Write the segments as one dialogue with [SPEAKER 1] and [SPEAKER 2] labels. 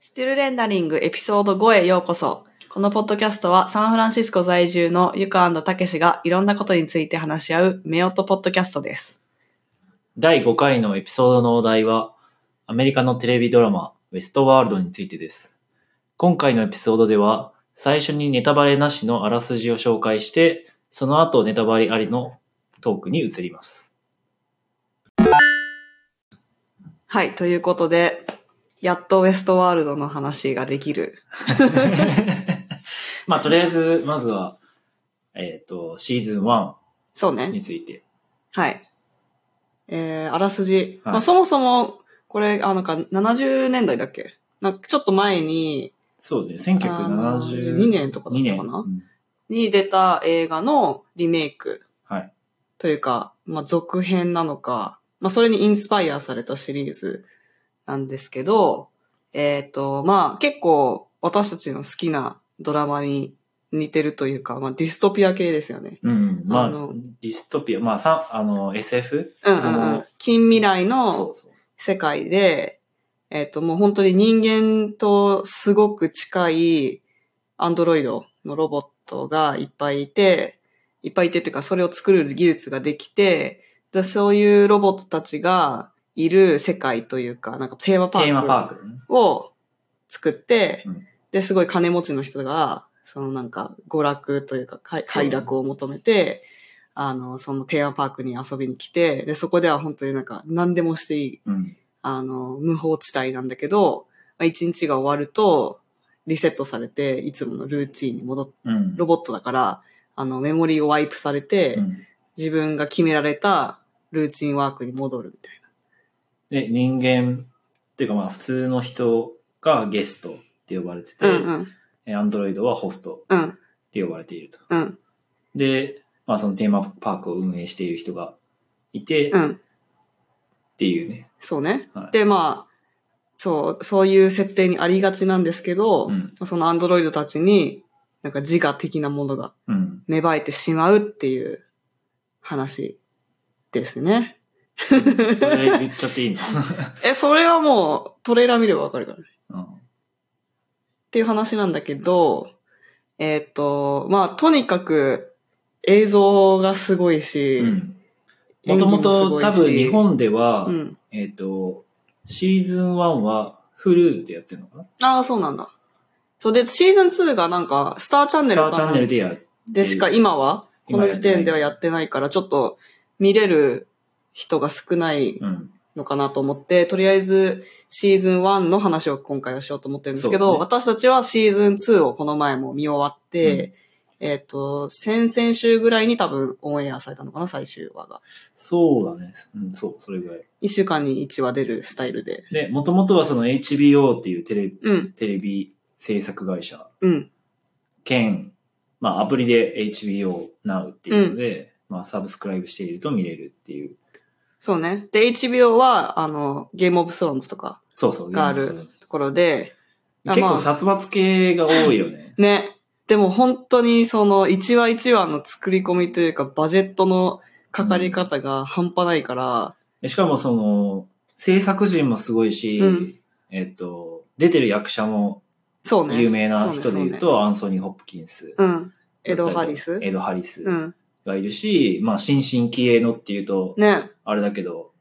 [SPEAKER 1] スティルレンダリングエピソード5へようこそ。このポッドキャストはサンフランシスコ在住のゆかたけしがいろんなことについて話し合う目音ポッドキャストです。
[SPEAKER 2] 第5回のエピソードのお題は、アメリカのテレビドラマ、ウェストワールドについてです。今回のエピソードでは、最初にネタバレなしのあらすじを紹介して、その後ネタバレありのトークに移ります。
[SPEAKER 1] はい、ということで、やっとウエストワールドの話ができる。
[SPEAKER 2] まあ、とりあえず、まずは、えっ、と、シーズン1
[SPEAKER 1] そうね
[SPEAKER 2] に。ついて。
[SPEAKER 1] はい。えー、あらすじ。
[SPEAKER 2] はい
[SPEAKER 1] まあ、そもそも、これ、あ、なんか70年代だっけなんかちょっと前に、
[SPEAKER 2] そうね、1972
[SPEAKER 1] 72年とかだったかな
[SPEAKER 2] うん
[SPEAKER 1] に出た映画のリメイク
[SPEAKER 2] はい。
[SPEAKER 1] というか、まあ、続編なのか、まあ、それにインスパイアされたシリーズなんですけど、えっ、と、まあ、結構私たちの好きなドラマに似てるというか、まあ、ディストピア系ですよね。
[SPEAKER 2] うん、ま
[SPEAKER 1] あ
[SPEAKER 2] あ、
[SPEAKER 1] の
[SPEAKER 2] ディストピア、まあ、さあの、SF?
[SPEAKER 1] うんうんう
[SPEAKER 2] うん
[SPEAKER 1] ん。近未来
[SPEAKER 2] そう
[SPEAKER 1] の
[SPEAKER 2] そう。
[SPEAKER 1] 世界で、えっ、と、もう本当に人間とすごく近いアンドロイドのロボットがいっぱいいて、いっぱいいてっていうか、それを作る技術ができて、でそういうロボットたちがいる世界というか、なんかテーマパ
[SPEAKER 2] テーマパ
[SPEAKER 1] ー
[SPEAKER 2] ークだね。
[SPEAKER 1] クを作って、
[SPEAKER 2] うん
[SPEAKER 1] で、すごい金持ちの人が、そのなんか娯楽というか、快
[SPEAKER 2] そう
[SPEAKER 1] 快楽を求めて、あの、そのテーマパークに遊びに来て、で、そこでは本当になんか何でもしていい
[SPEAKER 2] うん。
[SPEAKER 1] あの、無法地帯なんだけど、まあ一日が終わると、リセットされて、いつものルーチンに戻っ
[SPEAKER 2] うん。
[SPEAKER 1] ロボットだから、あの、メモリーをワイプされて、
[SPEAKER 2] うん
[SPEAKER 1] 自分が決められたルーチンワークに戻るみたい
[SPEAKER 2] で、人間っていうかまあ普通の人がゲストって呼ばれてて、
[SPEAKER 1] な。うん
[SPEAKER 2] えアンドロイドはホスト
[SPEAKER 1] うん。うん
[SPEAKER 2] って呼ばれていると。
[SPEAKER 1] うん
[SPEAKER 2] で、まあそのテーマパークを運営している人がいて、
[SPEAKER 1] う
[SPEAKER 2] っ
[SPEAKER 1] ん。
[SPEAKER 2] ていうね。
[SPEAKER 1] そうね。
[SPEAKER 2] はい
[SPEAKER 1] で、まあ、そう、そういう設定にありがちなんですけど、
[SPEAKER 2] うん。
[SPEAKER 1] そのアンドロイドたちに、なんか自我的なものが
[SPEAKER 2] うん。
[SPEAKER 1] 芽生えてしまうっていう話ですね。
[SPEAKER 2] それ言っちゃっていいの、
[SPEAKER 1] え、それはもうトレーラー見ればわかるから。っ
[SPEAKER 2] うん、
[SPEAKER 1] ていう話なんだけど、えーっ、と、まあ、とにかく映像がすごいし、
[SPEAKER 2] うん。も
[SPEAKER 1] 演技
[SPEAKER 2] とも
[SPEAKER 1] すご
[SPEAKER 2] と
[SPEAKER 1] いし
[SPEAKER 2] 多分日本では、
[SPEAKER 1] うん。
[SPEAKER 2] えっ、と、シーズン1はフルでやってるのかな
[SPEAKER 1] ああ、そうなんだ。そうで、シーズン2がなんか、スターチャンネル
[SPEAKER 2] スター
[SPEAKER 1] か
[SPEAKER 2] チャン
[SPEAKER 1] な
[SPEAKER 2] ネルでやる。
[SPEAKER 1] でしか今は、こ
[SPEAKER 2] 今
[SPEAKER 1] の
[SPEAKER 2] やってない
[SPEAKER 1] 時点ではやってないから、ちょっと見れる人が少ない
[SPEAKER 2] うん。
[SPEAKER 1] のかなと思って、とりあえずシーズン1の話を今回はしようと思ってるんですけど、
[SPEAKER 2] そうね
[SPEAKER 1] 私たちはシーズン2をこの前も見終わって、えっ、と、先々週ぐらいに多分オンエアされたのかな、最終話が。
[SPEAKER 2] そうだね。うん、そう、それぐらい。
[SPEAKER 1] 1週間に1話出るスタイルで。
[SPEAKER 2] で、もともとはその HBO っていうテレビ、
[SPEAKER 1] うん、
[SPEAKER 2] テレビ制作会社
[SPEAKER 1] うん、
[SPEAKER 2] 兼、まあアプリで HBO Now っていうので、まあサブスクライブしていると見れるっていう。
[SPEAKER 1] そうね。で、HBO は、あの、ゲームオブスローンズとか、
[SPEAKER 2] そうそう。
[SPEAKER 1] がある
[SPEAKER 2] そうそう
[SPEAKER 1] ところで、あ
[SPEAKER 2] 結
[SPEAKER 1] まあ
[SPEAKER 2] 構殺伐系が多いよ ね。
[SPEAKER 1] ね。でも本当にその1話1話の作り込みというか、バジェットのかかり方が半端ないから、
[SPEAKER 2] でしかもその、制作陣もすごいし、
[SPEAKER 1] うん
[SPEAKER 2] えっと、出てる役者も
[SPEAKER 1] そうね。
[SPEAKER 2] 有名な
[SPEAKER 1] そ
[SPEAKER 2] 人
[SPEAKER 1] うねそ
[SPEAKER 2] で
[SPEAKER 1] う
[SPEAKER 2] 言う
[SPEAKER 1] ね
[SPEAKER 2] と、アンソニー・ホップキンス。
[SPEAKER 1] うん。エド・ハリス
[SPEAKER 2] エド・ハリス
[SPEAKER 1] うん。
[SPEAKER 2] がいるし、まあ、新進気鋭のっていうと、
[SPEAKER 1] ね。
[SPEAKER 2] あれだけど、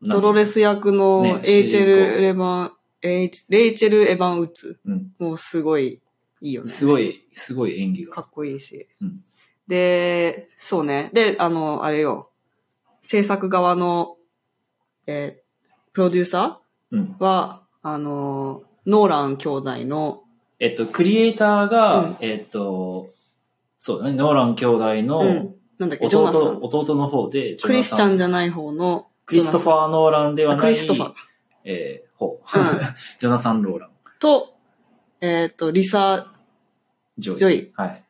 [SPEAKER 2] なん
[SPEAKER 1] ド
[SPEAKER 2] か
[SPEAKER 1] ロレス役の
[SPEAKER 2] ね
[SPEAKER 1] エイチェ
[SPEAKER 2] 主人
[SPEAKER 1] ル・
[SPEAKER 2] 公
[SPEAKER 1] レバン、エイチレイチェル・エヴァン・ウッズ。
[SPEAKER 2] うん
[SPEAKER 1] もうすごいいいよね。
[SPEAKER 2] すごい、すごい演技
[SPEAKER 1] か
[SPEAKER 2] が。
[SPEAKER 1] っこいいし。
[SPEAKER 2] うん
[SPEAKER 1] で、そうね。で、あの、あれよ。制作側の、えープロデューサ
[SPEAKER 2] うん。
[SPEAKER 1] ーは、あの、ノーラン兄弟の、
[SPEAKER 2] えっと、クリエイターが、
[SPEAKER 1] うん
[SPEAKER 2] えっと、そうだね、ノーラン兄弟
[SPEAKER 1] う
[SPEAKER 2] の
[SPEAKER 1] んなんだっけ、ジョナサ
[SPEAKER 2] 弟
[SPEAKER 1] ン、。
[SPEAKER 2] 弟の方で、ジョナサン
[SPEAKER 1] クリスチャンじゃない方の、
[SPEAKER 2] クリストファー・ノーランで
[SPEAKER 1] ジョナ
[SPEAKER 2] は
[SPEAKER 1] サンあク
[SPEAKER 2] ない、
[SPEAKER 1] リストファー
[SPEAKER 2] えー方、
[SPEAKER 1] うん
[SPEAKER 2] ジョナサン・ローラン、
[SPEAKER 1] と、えっ、と、リサ・
[SPEAKER 2] ジョイ。
[SPEAKER 1] ジョイ
[SPEAKER 2] はい。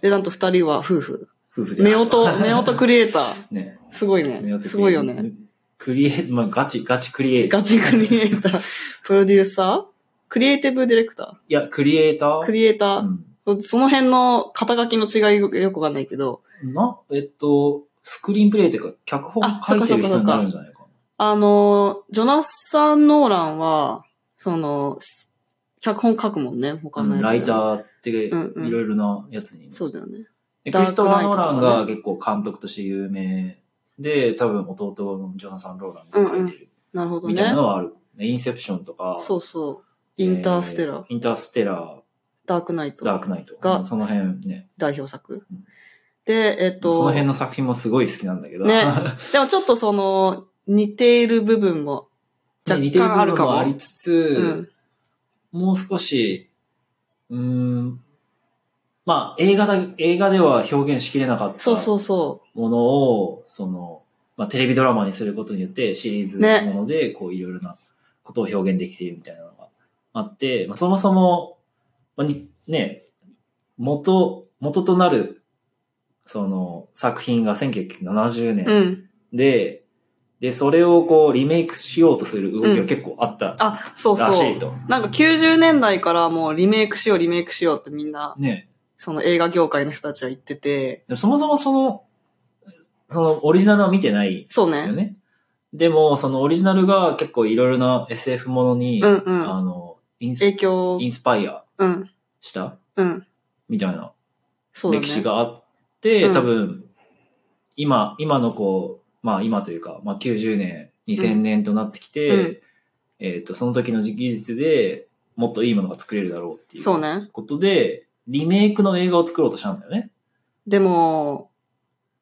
[SPEAKER 1] で、なんと二人は夫婦。
[SPEAKER 2] 夫婦で。
[SPEAKER 1] 目音、目音クリエイター。
[SPEAKER 2] ね。
[SPEAKER 1] すごい
[SPEAKER 2] 夫婦
[SPEAKER 1] ね。
[SPEAKER 2] で
[SPEAKER 1] すごいよね。。
[SPEAKER 2] クリエイ、まあ、ガチ、ガチクリエイター。
[SPEAKER 1] ガチクリエイター、プロデューサークリエイティブディレクタ
[SPEAKER 2] いや、クリエイタ
[SPEAKER 1] ー
[SPEAKER 2] ー
[SPEAKER 1] クリエイタ
[SPEAKER 2] うん
[SPEAKER 1] ー、その辺の肩書きの違いよくわかんないけど、
[SPEAKER 2] な、えっと、スクリーンプレイというか、脚本書いてる人になるんじゃないかな。
[SPEAKER 1] あの、ジョナサン・ノーランは、その、脚本書くもんね、他のやつ、
[SPEAKER 2] ライターってい
[SPEAKER 1] うんうん
[SPEAKER 2] ろいろなやつに、
[SPEAKER 1] そうだよね。
[SPEAKER 2] で
[SPEAKER 1] ダー
[SPEAKER 2] クリ
[SPEAKER 1] ク
[SPEAKER 2] ストファー・ノーランが
[SPEAKER 1] ナ
[SPEAKER 2] 結構監督として有名で、多分弟のジョナサン・ローランが書いてる
[SPEAKER 1] なるほど
[SPEAKER 2] みたいな
[SPEAKER 1] ね。
[SPEAKER 2] のはある。インセプションとか、
[SPEAKER 1] そうそう。インターステラー、
[SPEAKER 2] えインターステラ
[SPEAKER 1] ダークナイト
[SPEAKER 2] ー、ダークナイト。
[SPEAKER 1] が
[SPEAKER 2] その辺ね。
[SPEAKER 1] 代表作
[SPEAKER 2] うん。
[SPEAKER 1] で、えっと、
[SPEAKER 2] その辺の作品もすごい好きなんだけど。
[SPEAKER 1] ね でもちょっとその、似ている部分も若
[SPEAKER 2] 似てる
[SPEAKER 1] 干あ
[SPEAKER 2] 部
[SPEAKER 1] る
[SPEAKER 2] 分
[SPEAKER 1] か
[SPEAKER 2] も
[SPEAKER 1] も。
[SPEAKER 2] ありつ
[SPEAKER 1] う
[SPEAKER 2] つ、
[SPEAKER 1] ん。
[SPEAKER 2] もう少し、うーん、まあ映画だ、映画では表現しきれなかった
[SPEAKER 1] そうそ
[SPEAKER 2] も
[SPEAKER 1] うそ
[SPEAKER 2] のを、その、まあテレビドラマにすることによってシリーズ
[SPEAKER 1] ね
[SPEAKER 2] もので、こういろいろなことを表現できているみたいなのがあって、まあそもそも、まあにね、元、元となる、その作品が1970年
[SPEAKER 1] う。うん。
[SPEAKER 2] で、で、それをこう、リメイクしようとする動きが結構あった
[SPEAKER 1] あ、そう
[SPEAKER 2] らし
[SPEAKER 1] そ。
[SPEAKER 2] いうと。
[SPEAKER 1] なんか90年代からもうリメイクしようリメイクしようってみんな、
[SPEAKER 2] ね。
[SPEAKER 1] その映画業界の人たちは言ってて、
[SPEAKER 2] でもそもそもその、そのオリジナルは見てない
[SPEAKER 1] そうね。
[SPEAKER 2] よね。でも、そのオリジナルが結構いろいろな SF ものに、
[SPEAKER 1] うんうん。
[SPEAKER 2] あの、インス
[SPEAKER 1] 影響
[SPEAKER 2] イ、ンスパイア
[SPEAKER 1] うん、
[SPEAKER 2] した
[SPEAKER 1] うん。
[SPEAKER 2] みたいな
[SPEAKER 1] そうだね。
[SPEAKER 2] 歴史があって、
[SPEAKER 1] うん
[SPEAKER 2] 多分、今、今のこう、まあ今というか、まあ90年、2000年となってきて、
[SPEAKER 1] うん
[SPEAKER 2] えっ、と、その時の技術でもっといいものが作れるだろうっていう。
[SPEAKER 1] そうね。
[SPEAKER 2] ことで、リメイクの映画を作ろうとしたんだよね。
[SPEAKER 1] でも、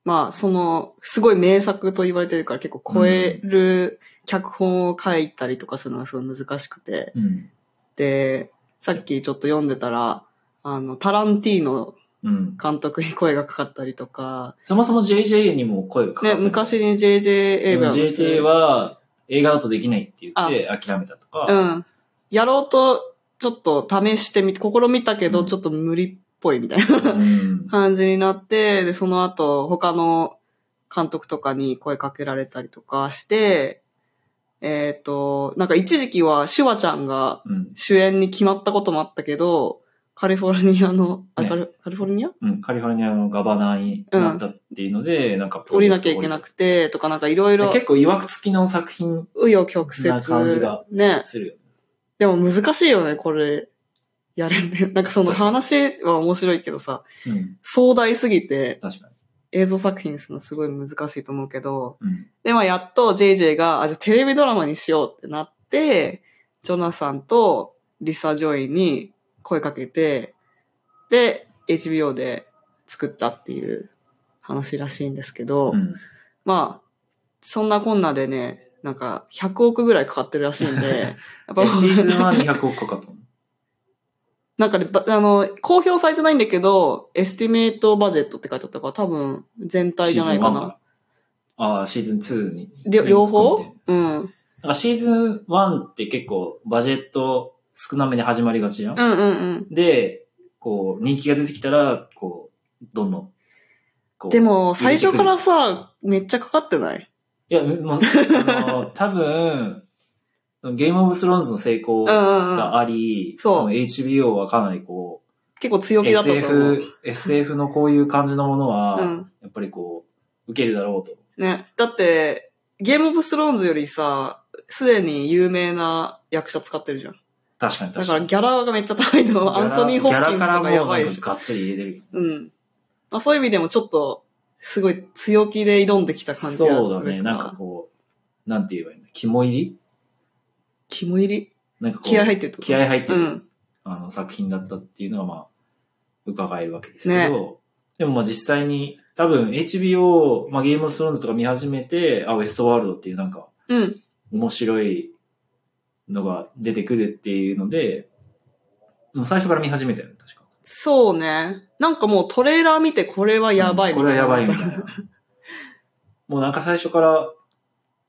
[SPEAKER 1] まあ、その、すごい名作と言われてるから結構超える脚本を書いたりとかするのがすごい難しくて。
[SPEAKER 2] うん。
[SPEAKER 1] で、さっきちょっと読んでたら、あの、タランティーノ
[SPEAKER 2] うん。
[SPEAKER 1] 監督に声がかかったりとか、
[SPEAKER 2] そもそも JJ にも声がかかっ
[SPEAKER 1] ね、
[SPEAKER 2] てる
[SPEAKER 1] 昔に JJ エイ
[SPEAKER 2] で
[SPEAKER 1] ブ
[SPEAKER 2] も
[SPEAKER 1] ラム
[SPEAKER 2] JJ
[SPEAKER 1] ス。
[SPEAKER 2] は映画だとできないって言って諦めたとか、
[SPEAKER 1] うん。やろうと、ちょっと試してみて、試みたけ
[SPEAKER 2] う
[SPEAKER 1] ど、
[SPEAKER 2] ん
[SPEAKER 1] ちょっと無理っぽいみたいな。
[SPEAKER 2] うん
[SPEAKER 1] 感じになって、で、その後、他の監督とかに声かけられたりとかして、えっ、と、なんか一時期はシュワちゃんが
[SPEAKER 2] うん
[SPEAKER 1] 主演に決まったこともあったけど、カリフォルニアの、あ
[SPEAKER 2] ね
[SPEAKER 1] カリカリフォルニア
[SPEAKER 2] うんカリフォルニアのガバナーになったっていうので、なんかプ
[SPEAKER 1] 降りなきゃいけな
[SPEAKER 2] て。
[SPEAKER 1] くて、とかなんかいろいろ、
[SPEAKER 2] 結構、いわくつきの作品
[SPEAKER 1] 紆余曲折。
[SPEAKER 2] な感じが
[SPEAKER 1] ね。
[SPEAKER 2] するよね。
[SPEAKER 1] でも難しいよね、これ。やるんで。なんかその
[SPEAKER 2] 確か
[SPEAKER 1] 話は面白いけどさ、
[SPEAKER 2] うん。
[SPEAKER 1] 壮大すぎて
[SPEAKER 2] 確か
[SPEAKER 1] 映像作品にするのすごい難しいと思うけど、
[SPEAKER 2] に。うん。
[SPEAKER 1] で、まあ、やっと JJ が、あ、じゃあテレビドラマにしようってなって、ジョナサンとリサ・ジョイに声かけて、で、HBO で作ったっていう話らしいんですけど、
[SPEAKER 2] うん
[SPEAKER 1] まあ、そんなこんなでね、なんか100億ぐらいかかってるらしいん で、やっぱ
[SPEAKER 2] えシーズンは200億かかったの
[SPEAKER 1] なんかね、ばあの、公表されてないんだけど、エスティメイトバジェットって書いてあったから、多分全体じゃないかな。
[SPEAKER 2] ああ、シーズン2に。
[SPEAKER 1] りょ両
[SPEAKER 2] 含め
[SPEAKER 1] 方
[SPEAKER 2] て
[SPEAKER 1] うん。
[SPEAKER 2] なんかシーズン1って結構バジェット少なめで始まりがちやん。
[SPEAKER 1] うんうんうん。
[SPEAKER 2] で、こう、人気が出てきたら、こう、どんどん。こう
[SPEAKER 1] でも、最初から
[SPEAKER 2] い
[SPEAKER 1] さ、めっちゃかかってない
[SPEAKER 2] や、もう、あ の、多分、ゲームオブスローンズの成功
[SPEAKER 1] うんうんうん。
[SPEAKER 2] があり、
[SPEAKER 1] そう
[SPEAKER 2] 多分 HBO はかなりこ
[SPEAKER 1] 結構強
[SPEAKER 2] う、
[SPEAKER 1] 気だったと思う。
[SPEAKER 2] SF、SF のこういう感じのものは、
[SPEAKER 1] うん。
[SPEAKER 2] やっぱりこう、受けるだろうと。
[SPEAKER 1] ね。だって、ゲームオブスローンズよりさ、すでに有名な役者使ってるじゃん。
[SPEAKER 2] 確かに
[SPEAKER 1] だ
[SPEAKER 2] 確
[SPEAKER 1] か
[SPEAKER 2] からに。
[SPEAKER 1] ギャラがめっちゃ高いの。アンソニー・ホッキンスとかやばい
[SPEAKER 2] ギャラからもうなん
[SPEAKER 1] し。
[SPEAKER 2] かがっつり入れてる。
[SPEAKER 1] うん。まあそういう意味でもちょっと、すごい強気で挑んできた感じがする
[SPEAKER 2] そうだね。なんかこう、なんて言えばいいの肝入り
[SPEAKER 1] 肝入り
[SPEAKER 2] なんかこう
[SPEAKER 1] 気合入ってるってこと
[SPEAKER 2] 気合入ってる、
[SPEAKER 1] うん。
[SPEAKER 2] あの作品だったっていうのがまあ、伺えるわけですけど、でもまあ実際に多分 HBO、まあゲームオブスローンズとか見始めて、あ、ウエストワールドっていうなんか
[SPEAKER 1] うん。
[SPEAKER 2] 面白いのが出てくるっていうので、もう最初から見始めたよね、確か。
[SPEAKER 1] そうね。なんかもうトレーラー見てこれはやばい
[SPEAKER 2] うんこ
[SPEAKER 1] みた
[SPEAKER 2] れはい
[SPEAKER 1] な。
[SPEAKER 2] やばいみたいな。もうなんか最初から、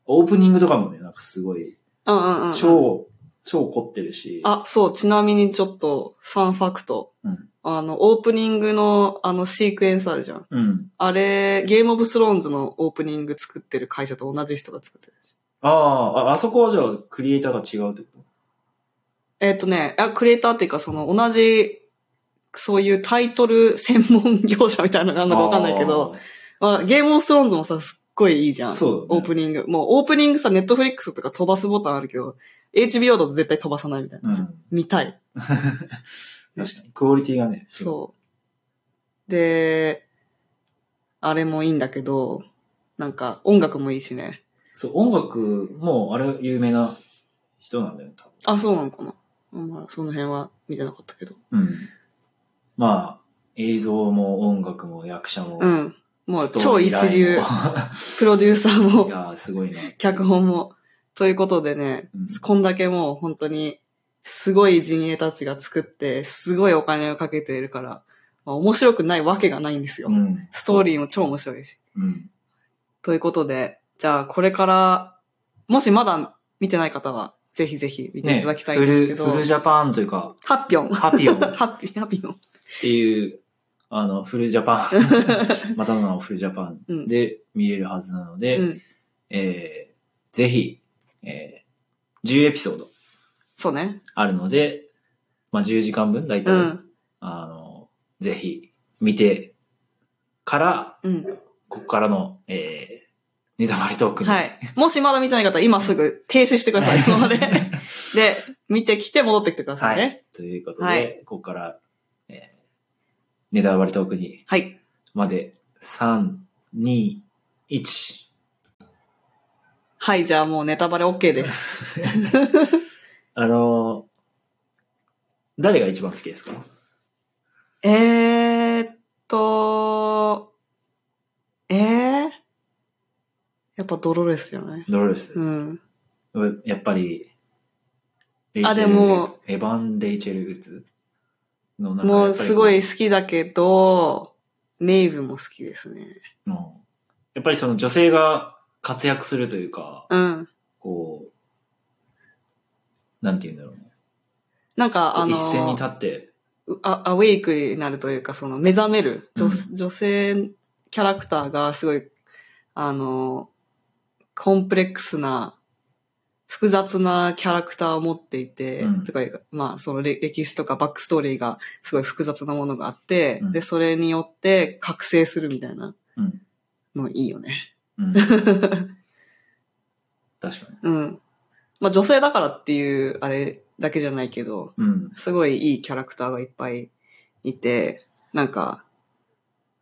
[SPEAKER 2] オープニングとかもね、なんかすごい、
[SPEAKER 1] うんうんうんうん。
[SPEAKER 2] 超、超凝ってるし、
[SPEAKER 1] あ、そう、ちなみにちょっと、ファンファクト。
[SPEAKER 2] うん
[SPEAKER 1] あの、オープニングの、あの、シークエンスあるじゃん。
[SPEAKER 2] うん。
[SPEAKER 1] あれ、ゲームオブスローンズのオープニング作ってる会社と同じ人が作ってる。
[SPEAKER 2] ああ、ああそこはじゃあクリエイターが違うってこと
[SPEAKER 1] えっ、とね、あ、クリエイターっていうか、その、同じ、そういうタイトル専門業者みたいなのがあるのかわかんないけど、まあ、ゲームオブスローンズもさ、すっごいいいじゃ
[SPEAKER 2] あー、
[SPEAKER 1] ん。
[SPEAKER 2] そうだね。
[SPEAKER 1] オープニング。もう、オープニングさ、ネットフリックスとか飛ばすボタンあるけど、 HBO だと絶対飛ばさないみたいな。
[SPEAKER 2] うん。
[SPEAKER 1] 見たい。
[SPEAKER 2] 確かに。クオリティがね、う。
[SPEAKER 1] そう。で、あれもいいんだけど、なんか音楽もいいしね。
[SPEAKER 2] そう、音楽も、あれ、有名な人なんだよね、多
[SPEAKER 1] あ、そうなのかな。まあ、その辺は見てなかったけど。
[SPEAKER 2] 分。うん。まあ、映像も音楽も役者も。
[SPEAKER 1] うん。もう
[SPEAKER 2] スト
[SPEAKER 1] 超
[SPEAKER 2] ーリ
[SPEAKER 1] 一
[SPEAKER 2] ーラインも
[SPEAKER 1] 流プロデューサー
[SPEAKER 2] い
[SPEAKER 1] も、
[SPEAKER 2] やー、すごいね。
[SPEAKER 1] 脚本も。ということでね、
[SPEAKER 2] うん
[SPEAKER 1] こんだけもう本当にすごい陣営たちが作って、すごいお金をかけているから、まあ、面白くないわけがないんですよ。
[SPEAKER 2] うん。
[SPEAKER 1] ストーリーも超面白いし。
[SPEAKER 2] うん。
[SPEAKER 1] ということで、じゃあこれから、もしまだ見てない方は、ぜひぜひ見てい
[SPEAKER 2] ね、
[SPEAKER 1] ただき
[SPEAKER 2] フ
[SPEAKER 1] たいんですけ
[SPEAKER 2] ル、
[SPEAKER 1] ど、
[SPEAKER 2] フルジャパンというか、
[SPEAKER 1] ハッピョン。
[SPEAKER 2] ハピオンっ
[SPEAKER 1] ハッピー、ハッピョン。
[SPEAKER 2] て いう、あの、フルジャパン、またの名をフルジャパン
[SPEAKER 1] うん。
[SPEAKER 2] で見れるはずなので、
[SPEAKER 1] うん。
[SPEAKER 2] えーぜひ、えー10エピソード
[SPEAKER 1] そうね。
[SPEAKER 2] あるので、まあ、10時間分大体、
[SPEAKER 1] うん。
[SPEAKER 2] あの、ぜひ見てから、
[SPEAKER 1] うん。
[SPEAKER 2] ここからの、えー、ネタバレトークに。
[SPEAKER 1] はい。もしまだ見てない方は、今すぐ停止してください。この場で。で、見てきて戻ってきてくださいね。
[SPEAKER 2] ということで、
[SPEAKER 1] はい
[SPEAKER 2] ここから、えーネタバレトークに
[SPEAKER 1] はい。
[SPEAKER 2] まで、3、2、1。
[SPEAKER 1] はい、じゃあもうネタバレ OK です。
[SPEAKER 2] あのー誰が一番好きですか
[SPEAKER 1] えーっと、えー、やっぱドロレスじゃない
[SPEAKER 2] ドロレス
[SPEAKER 1] う。ん。
[SPEAKER 2] やっぱり、
[SPEAKER 1] あ
[SPEAKER 2] レイチ
[SPEAKER 1] で
[SPEAKER 2] ェル
[SPEAKER 1] も、
[SPEAKER 2] エヴァン・レイチェル・ウッズのなんか
[SPEAKER 1] も
[SPEAKER 2] や
[SPEAKER 1] う
[SPEAKER 2] っぱり
[SPEAKER 1] すごい好きだけど、メイブも好きですね。
[SPEAKER 2] うんやっぱりその女性が活躍するというか、
[SPEAKER 1] うん。
[SPEAKER 2] こう、なんて言うんだろうね。
[SPEAKER 1] なんか、あの、
[SPEAKER 2] 一線に立って、
[SPEAKER 1] うあアウェイクになるというか、その目覚める女,、
[SPEAKER 2] うん
[SPEAKER 1] 女性キャラクターがすごい、あの、コンプレックスな、複雑なキャラクターを持っていて、
[SPEAKER 2] うん
[SPEAKER 1] とか、まあ、そのれ歴史とかバックストーリーがすごい複雑なものがあって、
[SPEAKER 2] うん
[SPEAKER 1] で、それによって覚醒するみたいな
[SPEAKER 2] うん。
[SPEAKER 1] のいいよね。
[SPEAKER 2] うん、確かに。
[SPEAKER 1] うん。まあ、女性だからっていう、あれだけじゃないけど、
[SPEAKER 2] うん。
[SPEAKER 1] すごいいいキャラクターがいっぱいいて、なんか、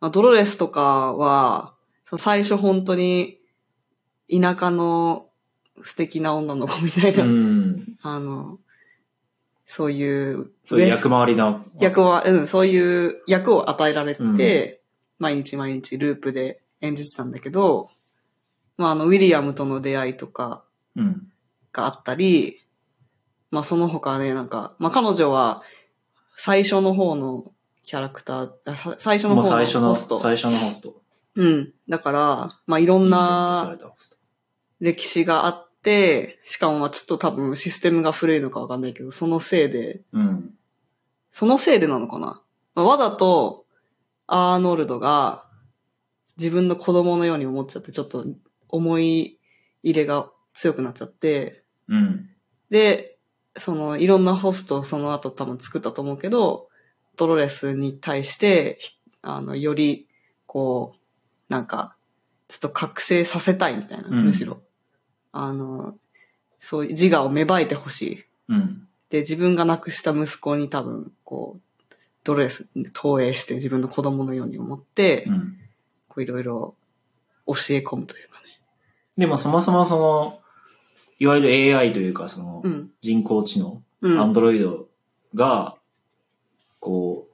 [SPEAKER 1] まあ、ドロレスとかは、その最初本当に田舎の素敵な女の子みたいうな、
[SPEAKER 2] ん。
[SPEAKER 1] あの、そういう、
[SPEAKER 2] そういう
[SPEAKER 1] ウエス
[SPEAKER 2] 役回りの。
[SPEAKER 1] 役は、うん、そういう役を与えられて、毎日毎日ループで演じてたんだけど、まあ、あの、ウィリアムとの出会いとか、
[SPEAKER 2] うん。
[SPEAKER 1] があったり、まあその他ね、なんか、まあ彼女は最初の方のキャラクター、あさ最初の
[SPEAKER 2] もう
[SPEAKER 1] 方の
[SPEAKER 2] 最初の、
[SPEAKER 1] ホスト。
[SPEAKER 2] 最初のホスト。
[SPEAKER 1] うん。だから、まあいろん
[SPEAKER 2] インベントさ
[SPEAKER 1] な
[SPEAKER 2] れたホスト
[SPEAKER 1] 歴史があって、しかもまあちょっと多分システムが古いのかわかんないけど、そのせいで、
[SPEAKER 2] うん。
[SPEAKER 1] そのせいでなのかな、まあわざとアーノルドが自分の子供のように思っちゃって、ちょっと思い入れが強くなっちゃって、
[SPEAKER 2] うん。
[SPEAKER 1] で、その、いろんなホストをその後多分作ったと思うけど、ドロレスに対して、ひあの、より、こう、なんか、ちょっと覚醒させたいみたいな、
[SPEAKER 2] うん
[SPEAKER 1] むしろ。あの、そういう自我を芽生えてほしい。
[SPEAKER 2] うん。
[SPEAKER 1] で、自分が亡くした息子に多分、こう、ドロレスに投影して自分の子供のように思って、
[SPEAKER 2] うん。
[SPEAKER 1] こういろいろ教え込むというかね。
[SPEAKER 2] でもそもそもその、いわゆる AI というかその、
[SPEAKER 1] うん。
[SPEAKER 2] 人工知能、
[SPEAKER 1] うん。
[SPEAKER 2] アンドロイドが、こう、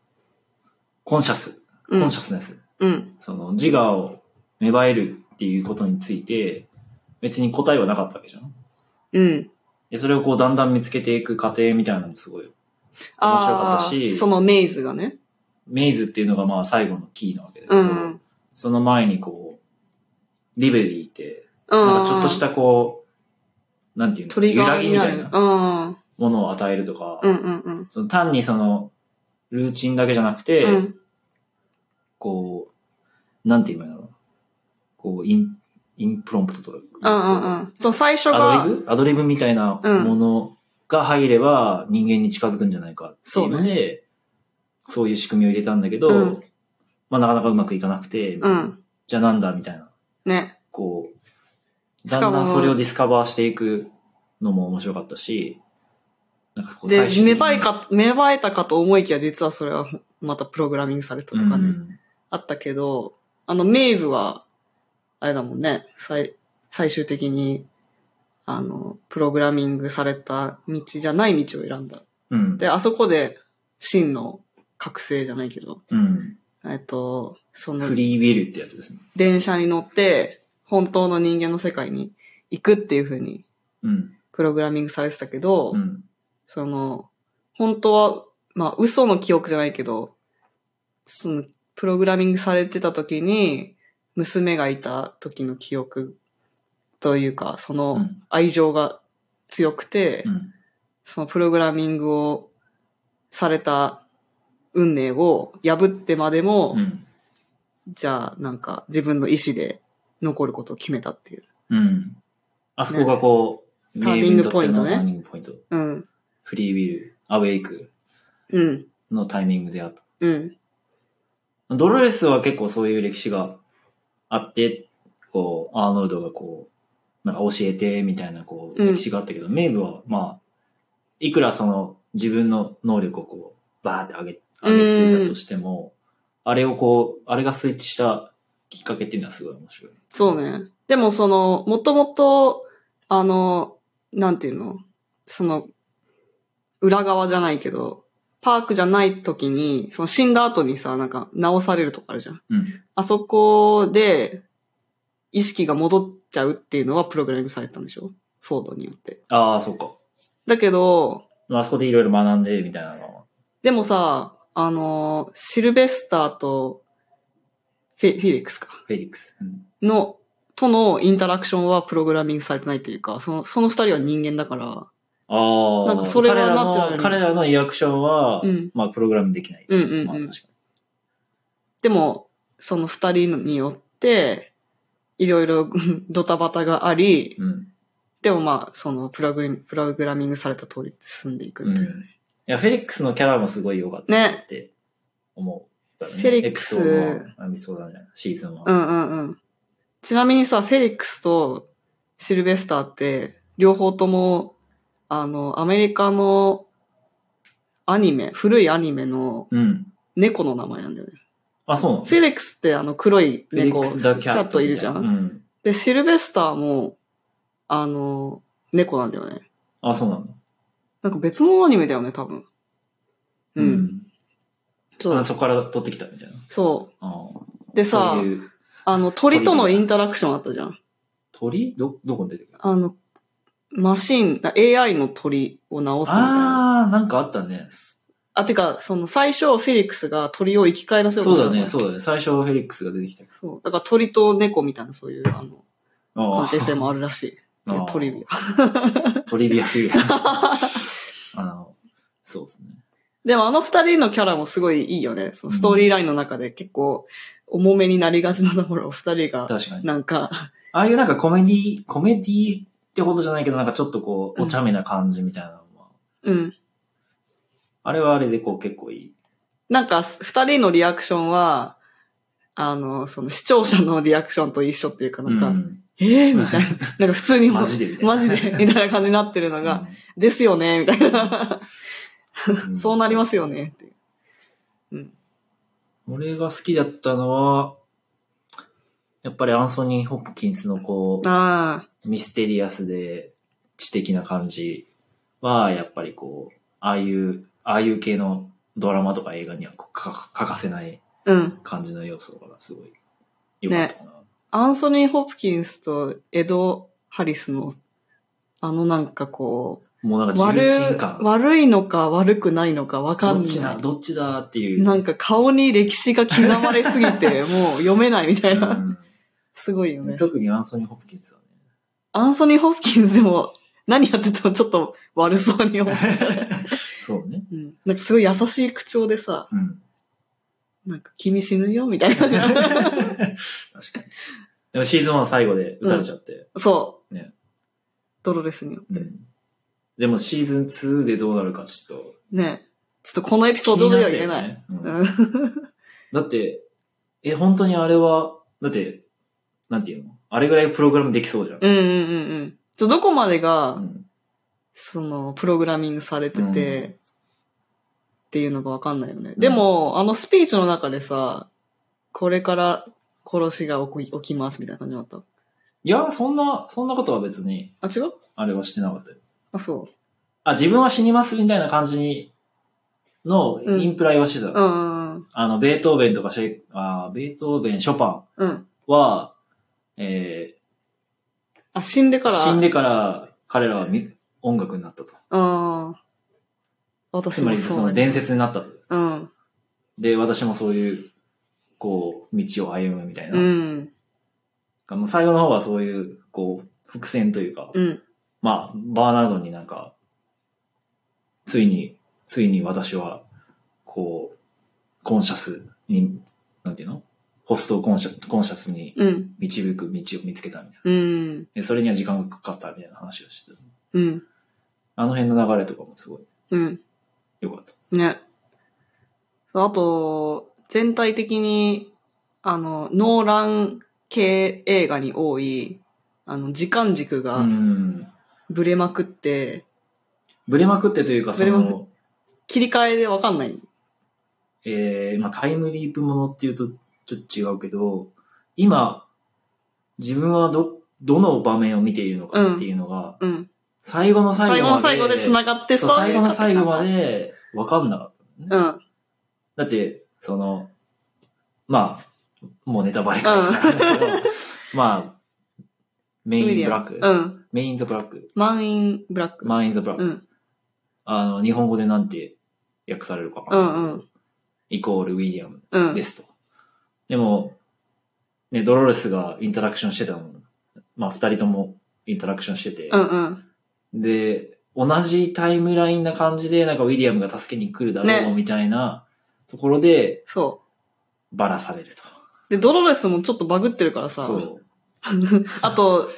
[SPEAKER 2] コンシャス、コンシャスネス、
[SPEAKER 1] うん。
[SPEAKER 2] その自我を芽生えるっていうことについて、別に答えはなかったわけじゃん。
[SPEAKER 1] うん。
[SPEAKER 2] で、それをこうだんだん見つけていく過程みたいなのもすごい。面白かったし
[SPEAKER 1] あーそのメイズがね。
[SPEAKER 2] メイズっていうのがまあ最後のキーなわけだけ
[SPEAKER 1] う
[SPEAKER 2] ど、
[SPEAKER 1] ん。
[SPEAKER 2] その前にこう、リベリーって、
[SPEAKER 1] うん
[SPEAKER 2] なんかちょっとしたこう、なんていうの
[SPEAKER 1] トリ
[SPEAKER 2] 揺
[SPEAKER 1] ガ
[SPEAKER 2] ら
[SPEAKER 1] ー
[SPEAKER 2] ぎ
[SPEAKER 1] に
[SPEAKER 2] み
[SPEAKER 1] な
[SPEAKER 2] たい
[SPEAKER 1] る。
[SPEAKER 2] な
[SPEAKER 1] うん。
[SPEAKER 2] ものを与えるとか、
[SPEAKER 1] うんうんうん。
[SPEAKER 2] その単にその、ルーチンだけじゃなくて、
[SPEAKER 1] うん
[SPEAKER 2] こう、なんて言うんだろう。こう、イン、インプロンプトとか。
[SPEAKER 1] うんうんうん。そう、最初
[SPEAKER 2] ア
[SPEAKER 1] が
[SPEAKER 2] ドリ、ブアドリブみたいな
[SPEAKER 1] うん
[SPEAKER 2] ものが入れば人間に近づくんじゃないかっていうので、そういう仕組みを入れたんだけど、
[SPEAKER 1] うん
[SPEAKER 2] まあなかなかうまくいかなくて、
[SPEAKER 1] うん。
[SPEAKER 2] じゃあなんだみたいな。
[SPEAKER 1] ね。
[SPEAKER 2] こう、
[SPEAKER 1] しか
[SPEAKER 2] だ
[SPEAKER 1] も
[SPEAKER 2] んだんそれをディスカバーしていくのも面白かったし、なんかこう
[SPEAKER 1] で、
[SPEAKER 2] 最終
[SPEAKER 1] 芽
[SPEAKER 2] 的
[SPEAKER 1] 生
[SPEAKER 2] に
[SPEAKER 1] えか、芽生えたかと思いきや、実はそれはまたプログラミングされたと
[SPEAKER 2] う
[SPEAKER 1] かね。
[SPEAKER 2] ん。
[SPEAKER 1] あったけど、あの、メイブは、あれだもんね、最、最終的に、あの、プログラミングされた道じゃない道を選んだ。
[SPEAKER 2] うん。
[SPEAKER 1] で、あそこで、真の覚醒じゃないけど、
[SPEAKER 2] うん。
[SPEAKER 1] えっと、その
[SPEAKER 2] フ、リーウィルってやつですね。
[SPEAKER 1] 電車に乗って、本当の人間の世界に行くっていう風に、
[SPEAKER 2] うん。
[SPEAKER 1] プログラミングされてたけど、
[SPEAKER 2] うん。
[SPEAKER 1] その、本当は、まあ、嘘の記憶じゃないけど、その、プログラミングされてた時に、娘がいた時の記憶というか、そうの
[SPEAKER 2] ん
[SPEAKER 1] 愛情が強くて、
[SPEAKER 2] うん。
[SPEAKER 1] そのプログラミングをされた運命を破ってまでも、
[SPEAKER 2] うん。
[SPEAKER 1] じゃあなんか自分の意志で残ることを決めたっていう。
[SPEAKER 2] うん。あそこがこう、
[SPEAKER 1] ねター
[SPEAKER 2] メ
[SPEAKER 1] ニ
[SPEAKER 2] イ
[SPEAKER 1] ン
[SPEAKER 2] に
[SPEAKER 1] グ
[SPEAKER 2] とっ
[SPEAKER 1] ポイ
[SPEAKER 2] て
[SPEAKER 1] ント
[SPEAKER 2] の
[SPEAKER 1] ね
[SPEAKER 2] ターニングポイント。
[SPEAKER 1] うん。
[SPEAKER 2] フリーウィル、アウェイク
[SPEAKER 1] うん。
[SPEAKER 2] のタイミングであった。
[SPEAKER 1] うん。
[SPEAKER 2] ドロレスは結構そういう歴史があって、こう、アーノルドがこう、なんか教えて、みたいなこう、
[SPEAKER 1] うん
[SPEAKER 2] 歴史があったけど、メイブは、まあ、いくらその自分の能力をこう、バーって上げ、上げていたとしても、あれをこう、あれがスイッチしたきっかけっていうのはすごい面白い。
[SPEAKER 1] そうね。でもその、もともと、あの、なんていうのその、裏側じゃないけど、パークじゃない時に、その死んだ後にさ、なんか直されるとかあるじゃん。
[SPEAKER 2] うん。
[SPEAKER 1] あそこで、意識が戻っちゃうっていうのはプログラミングされてたんでしょフォードによって。
[SPEAKER 2] ああ、そうか。
[SPEAKER 1] だけど、
[SPEAKER 2] まああそこでいろいろ学んで、みたいなのは。
[SPEAKER 1] でもさ、あの、シルベスターとフェ、フィリックスか。
[SPEAKER 2] フェリックス。うん。
[SPEAKER 1] の、とのインタラクションはプログラミングされてないというか、その、その二人は人間だから、
[SPEAKER 2] ああ。
[SPEAKER 1] なんかそれはナチュラルに
[SPEAKER 2] 彼らの彼らのリアクションは、
[SPEAKER 1] うん
[SPEAKER 2] まあ、プログラムできない。
[SPEAKER 1] うんうんうん
[SPEAKER 2] まあ、確かに。
[SPEAKER 1] でも、その二人によって、いろいろ うんドタバタがあり、
[SPEAKER 2] うん。
[SPEAKER 1] でもまあ、そのプログ、プログラミングされた通り進んでいく
[SPEAKER 2] う
[SPEAKER 1] み
[SPEAKER 2] ん。
[SPEAKER 1] たい
[SPEAKER 2] い
[SPEAKER 1] な。
[SPEAKER 2] や、フェリックスのキャラもすごい良かったなって思う、ね
[SPEAKER 1] フェリックス
[SPEAKER 2] エピソードはあエピソードなんじゃないシーズンは。
[SPEAKER 1] うん、うん、うんちなみにさ、フェリックスとシルベスターって、両方とも、あの、アメリカのアニメ、古いアニメの
[SPEAKER 2] うん
[SPEAKER 1] 猫の名前なんだよね。
[SPEAKER 2] あ、そうなの
[SPEAKER 1] フェリックスってあの黒い
[SPEAKER 2] フェリッ
[SPEAKER 1] 猫、
[SPEAKER 2] ク
[SPEAKER 1] キ
[SPEAKER 2] ス・
[SPEAKER 1] ャ
[SPEAKER 2] ザ・キャット。
[SPEAKER 1] ットいるじゃん
[SPEAKER 2] う。ん。
[SPEAKER 1] で、シルベスターも、あの、猫なんだよね。
[SPEAKER 2] あ、そうなの
[SPEAKER 1] なんか別のアニメだよね、多分。うん。
[SPEAKER 2] うん
[SPEAKER 1] そう
[SPEAKER 2] あ。そこから取ってきたみたいな。
[SPEAKER 1] そ
[SPEAKER 2] あ
[SPEAKER 1] う。で
[SPEAKER 2] あ
[SPEAKER 1] さ
[SPEAKER 2] そう、いう
[SPEAKER 1] あの、鳥とのインタラクションあったじゃん。
[SPEAKER 2] 鳥ど、どこに出てくる
[SPEAKER 1] あの、マシン、あ AI の鳥を直すみたいな。
[SPEAKER 2] ああ、なんかあったね。
[SPEAKER 1] あ、てか、その最初、フェリックスが鳥を生き返らせようと
[SPEAKER 2] そ
[SPEAKER 1] し
[SPEAKER 2] う
[SPEAKER 1] た
[SPEAKER 2] だ
[SPEAKER 1] の
[SPEAKER 2] ね、そうだね。最初フェリックスが出てきたけ
[SPEAKER 1] そう。だから鳥と猫みたいな、そういう、あの、
[SPEAKER 2] ど。
[SPEAKER 1] 関
[SPEAKER 2] ああ
[SPEAKER 1] 係性もあるらしい。っていう
[SPEAKER 2] あー
[SPEAKER 1] トリビア。
[SPEAKER 2] トリビア すぎる。あの、そうですね。
[SPEAKER 1] でもあの二人のキャラもすごいいいよね。そのストーリーラインの中で結構重めになりがちなところを二人 が、
[SPEAKER 2] 確かに。
[SPEAKER 1] なんか、
[SPEAKER 2] ああいうなんかコメディ、コメディってほどじゃないけど、なんかちょっとこう、
[SPEAKER 1] うん
[SPEAKER 2] お茶目な感じみたいなのは、
[SPEAKER 1] うん。
[SPEAKER 2] あれはあれでこう結構いい。
[SPEAKER 1] なんか二人のリアクションは、あの、その視聴者のリアクションと一緒っていうかなんか、
[SPEAKER 2] うん
[SPEAKER 1] えー、みたいな。 なんか普通に
[SPEAKER 2] マジでみたいな。
[SPEAKER 1] マジで みたいな感じになってるのが、ですよねみたいな。
[SPEAKER 2] うん
[SPEAKER 1] そうなりますよねっていう。
[SPEAKER 2] 俺が好きだったのは、やっぱりアンソニー・ホップキンスのこ
[SPEAKER 1] ああ、
[SPEAKER 2] う、ミステリアスで知的な感じは、やっぱりこう、ああいう、ああいう系のドラマとか映画にはこうか欠かせない
[SPEAKER 1] うん。
[SPEAKER 2] 感じの要素がすごい良かったかな。
[SPEAKER 1] アンソニー・ホプキンスとエド・ハリスの、あのなんかこう、
[SPEAKER 2] もうなんか重
[SPEAKER 1] 悪
[SPEAKER 2] 鎮感。
[SPEAKER 1] 悪いのか悪くないのかわか
[SPEAKER 2] ど
[SPEAKER 1] ん
[SPEAKER 2] っち
[SPEAKER 1] な
[SPEAKER 2] だ、
[SPEAKER 1] い。
[SPEAKER 2] どっちだっていう。
[SPEAKER 1] なんか顔に歴史が刻まれすぎ て、もう読めないみたいな。すごいよ
[SPEAKER 2] うん
[SPEAKER 1] ね。
[SPEAKER 2] 特にアンソニー・ホプキンスはね。
[SPEAKER 1] アンソニー・ホプキンスでも何やっててもちょっと悪そうに思っちゃ う。
[SPEAKER 2] そうね。
[SPEAKER 1] うん、なんかすごい優しい口調でさ、
[SPEAKER 2] うん。
[SPEAKER 1] なんか君死ぬよみたいな
[SPEAKER 2] 確
[SPEAKER 1] 感
[SPEAKER 2] かに。でもシーズン1最後で打たれちゃって。
[SPEAKER 1] じ。 そう。
[SPEAKER 2] ね
[SPEAKER 1] ドロレスによって。
[SPEAKER 2] でもシーズン2でどうなるかちょっと。
[SPEAKER 1] ねちょっとこのエピソードでは言えない。
[SPEAKER 2] 気になったよね。うん
[SPEAKER 1] うん
[SPEAKER 2] だって、え、本当にあれは、だって、なんていうのあれぐらいプログラムできそうじゃん。
[SPEAKER 1] うんうんうんうん。ちょどこまでが
[SPEAKER 2] うん
[SPEAKER 1] その、プログラミングされてて、
[SPEAKER 2] う
[SPEAKER 1] っていうのがわかんないよね。でも、あのスピーチの中でさ、これから殺しが起き起きますみたいな感じだった。
[SPEAKER 2] いや、そんな、そんなことは別に、
[SPEAKER 1] あ、違う
[SPEAKER 2] あれはしてなかったよ。
[SPEAKER 1] あ、そ
[SPEAKER 2] あ、自分は死にますみたいな感じに、の、
[SPEAKER 1] うん
[SPEAKER 2] インプライはしてた。
[SPEAKER 1] う。うんうん
[SPEAKER 2] あの、ベートーベンとかシェイあーベートーベン、ショパン
[SPEAKER 1] うん。うん。
[SPEAKER 2] は、え
[SPEAKER 1] あ、死んで
[SPEAKER 2] ー
[SPEAKER 1] から。
[SPEAKER 2] 死んでから彼らはみ音楽になったと。
[SPEAKER 1] うん。私
[SPEAKER 2] つま
[SPEAKER 1] も
[SPEAKER 2] り、
[SPEAKER 1] そう
[SPEAKER 2] その
[SPEAKER 1] だね
[SPEAKER 2] 伝説になったと。
[SPEAKER 1] うん。
[SPEAKER 2] で、私もそういう、こう、道を歩むみたいな。
[SPEAKER 1] うん。
[SPEAKER 2] もう最後の方はそういう、こう、伏線というか、
[SPEAKER 1] うん。
[SPEAKER 2] まあ、バーナードになんか、ついに、ついに私は、こう、コンシャスに、なんていうのホストをコンシャコンシャスに
[SPEAKER 1] うん。
[SPEAKER 2] 導く道を見つけたみたいな。
[SPEAKER 1] うん。
[SPEAKER 2] でそれには時間がかかったみたいな話をしてた。
[SPEAKER 1] うん。
[SPEAKER 2] あの辺の流れとかもすごい
[SPEAKER 1] うん。
[SPEAKER 2] 良かった。
[SPEAKER 1] ね。そうあと、全体的に、あの、ノーラン系映画に多い、あの、時間軸
[SPEAKER 2] う
[SPEAKER 1] が
[SPEAKER 2] ん。
[SPEAKER 1] ブレまくって、
[SPEAKER 2] ブレまくってというか、そ
[SPEAKER 1] ブレまく
[SPEAKER 2] の、
[SPEAKER 1] 切り替えでわかんない。
[SPEAKER 2] えー、まあタイムリープものっていうとちょっと違うけど、今、自分はど、どの場面を見ているのかっていうのが、
[SPEAKER 1] うん。
[SPEAKER 2] 最後の
[SPEAKER 1] 最
[SPEAKER 2] 最後
[SPEAKER 1] 後
[SPEAKER 2] ま
[SPEAKER 1] の
[SPEAKER 2] で。
[SPEAKER 1] 最後で繋がって
[SPEAKER 2] そう最後の最後ま
[SPEAKER 1] で。
[SPEAKER 2] で分かんなかった、ね
[SPEAKER 1] うん。
[SPEAKER 2] だって、その、まあ、もうネタバレからなんだけど、 まあ、メインブラック、
[SPEAKER 1] うん。
[SPEAKER 2] メインズブラック、
[SPEAKER 1] 満員ブラック。
[SPEAKER 2] マインズブラック、
[SPEAKER 1] うん。
[SPEAKER 2] あの、日本語でなんて訳されるかわかな
[SPEAKER 1] うんう
[SPEAKER 2] イコールウィリアム
[SPEAKER 1] うん。
[SPEAKER 2] ですと。でも、ね、ドロレスがインタラクションしてたの。まあ、二人ともインタラクションしてて、
[SPEAKER 1] うんうん。
[SPEAKER 2] で、同じタイムラインな感じで、なんかウィリアムが助けに来るだろう
[SPEAKER 1] ね
[SPEAKER 2] みたいなところで、
[SPEAKER 1] そ
[SPEAKER 2] バラされると。
[SPEAKER 1] う。で、ドロレスもちょっとバグってるからさ。
[SPEAKER 2] そう。
[SPEAKER 1] あと、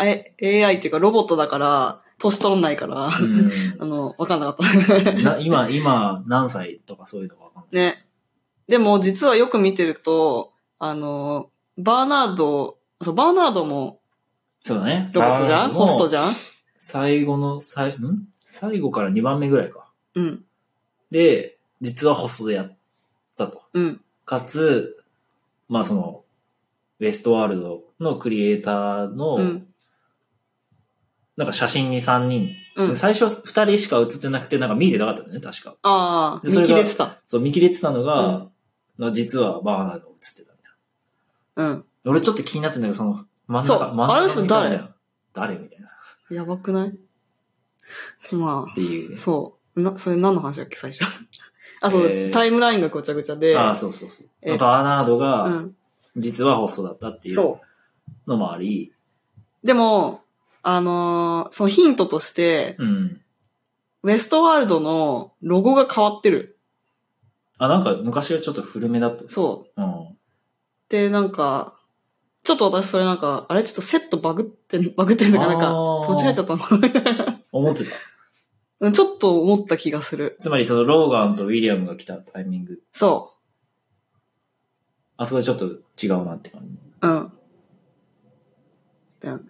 [SPEAKER 1] え、え AI っていうかロボットだから、年取らないから、 あの、わかんなかった。
[SPEAKER 2] うんな今、今、何歳とかそういうのがわかんない。
[SPEAKER 1] ね。でも、実はよく見てると、あの、バーナード、そう、バーナードも
[SPEAKER 2] そうだね。
[SPEAKER 1] ロボットじゃんホスト
[SPEAKER 2] ゃん。
[SPEAKER 1] じゃん
[SPEAKER 2] 最後の、最、ん最後から2番目ぐらいか。
[SPEAKER 1] うん、
[SPEAKER 2] で、実はホストでやったと。
[SPEAKER 1] うん、
[SPEAKER 2] かつ、まあその、ウェストワールドのクリエイターの、
[SPEAKER 1] うん、
[SPEAKER 2] なんか写真に3人
[SPEAKER 1] うん。
[SPEAKER 2] 最初二人しか映ってなくて、なんか見えてなかったんだよね、確か。
[SPEAKER 1] ああ、
[SPEAKER 2] でそれ
[SPEAKER 1] 見
[SPEAKER 2] が
[SPEAKER 1] 切れてた。
[SPEAKER 2] そう、見切れてたの
[SPEAKER 1] う
[SPEAKER 2] が、の実はバーナードが映ってたみたい
[SPEAKER 1] うん。
[SPEAKER 2] な。俺ちょっと気になってんだけど、その、真ん
[SPEAKER 1] そう
[SPEAKER 2] 中、真ん中
[SPEAKER 1] あの人
[SPEAKER 2] にいたんだよ誰みたいな。
[SPEAKER 1] やばくないま
[SPEAKER 2] っていう
[SPEAKER 1] あ、
[SPEAKER 2] ね。
[SPEAKER 1] そう。な、それ何の話だっけ、最初。 あ、そう、
[SPEAKER 2] えー
[SPEAKER 1] タイムラインがごちゃごちゃで。
[SPEAKER 2] ああ、そうそうそう。
[SPEAKER 1] えー
[SPEAKER 2] バーナード
[SPEAKER 1] う
[SPEAKER 2] が、
[SPEAKER 1] ん。
[SPEAKER 2] 実はホストだったってい
[SPEAKER 1] そう
[SPEAKER 2] う。のもあり、
[SPEAKER 1] でも、あのーそのヒントとして、
[SPEAKER 2] うん。
[SPEAKER 1] ウエストワールドのロゴが変わってる。
[SPEAKER 2] あ、なんか昔はちょっと古めだった。
[SPEAKER 1] そう。
[SPEAKER 2] うん。
[SPEAKER 1] で、なんか、ちょっと私それなんか、あれちょっとセットバグってん、バグってんのかなんか、
[SPEAKER 2] あー
[SPEAKER 1] 間違えちゃったの
[SPEAKER 2] 思ってた。
[SPEAKER 1] うん。 ちょっと思った気がする。
[SPEAKER 2] つまりそのローガンとウィリアムが来たタイミング、
[SPEAKER 1] そ
[SPEAKER 2] あそこでちょっと違うなって感じ。
[SPEAKER 1] う。うん。だよね。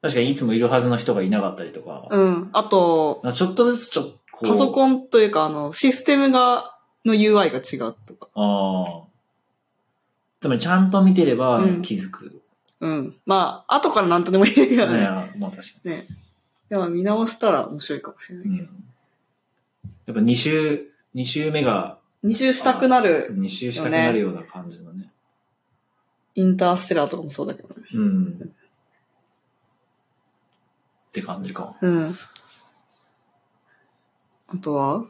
[SPEAKER 2] 確かにいつもいるはずの人がいなかったりとか、
[SPEAKER 1] うん。あと、
[SPEAKER 2] なんかちょっとずつちょっとこう、
[SPEAKER 1] パソコンというか、あの、システムが、の UI が違うとか。
[SPEAKER 2] ああ。つまりちゃんと見てれば
[SPEAKER 1] うん
[SPEAKER 2] 気づく。
[SPEAKER 1] うん。まあ、後からなんとでもいいけど
[SPEAKER 2] ね
[SPEAKER 1] ね。
[SPEAKER 2] まあ確か
[SPEAKER 1] ね。でも見直したら面白いかもしれない
[SPEAKER 2] に。
[SPEAKER 1] け
[SPEAKER 2] う
[SPEAKER 1] ど。
[SPEAKER 2] んやっぱ2週、二週目が、
[SPEAKER 1] 二周したくなる
[SPEAKER 2] 2週したくなるような感じのね。
[SPEAKER 1] インターステラーとかもそうだけどね。
[SPEAKER 2] うん。って感じか。
[SPEAKER 1] うん。あとは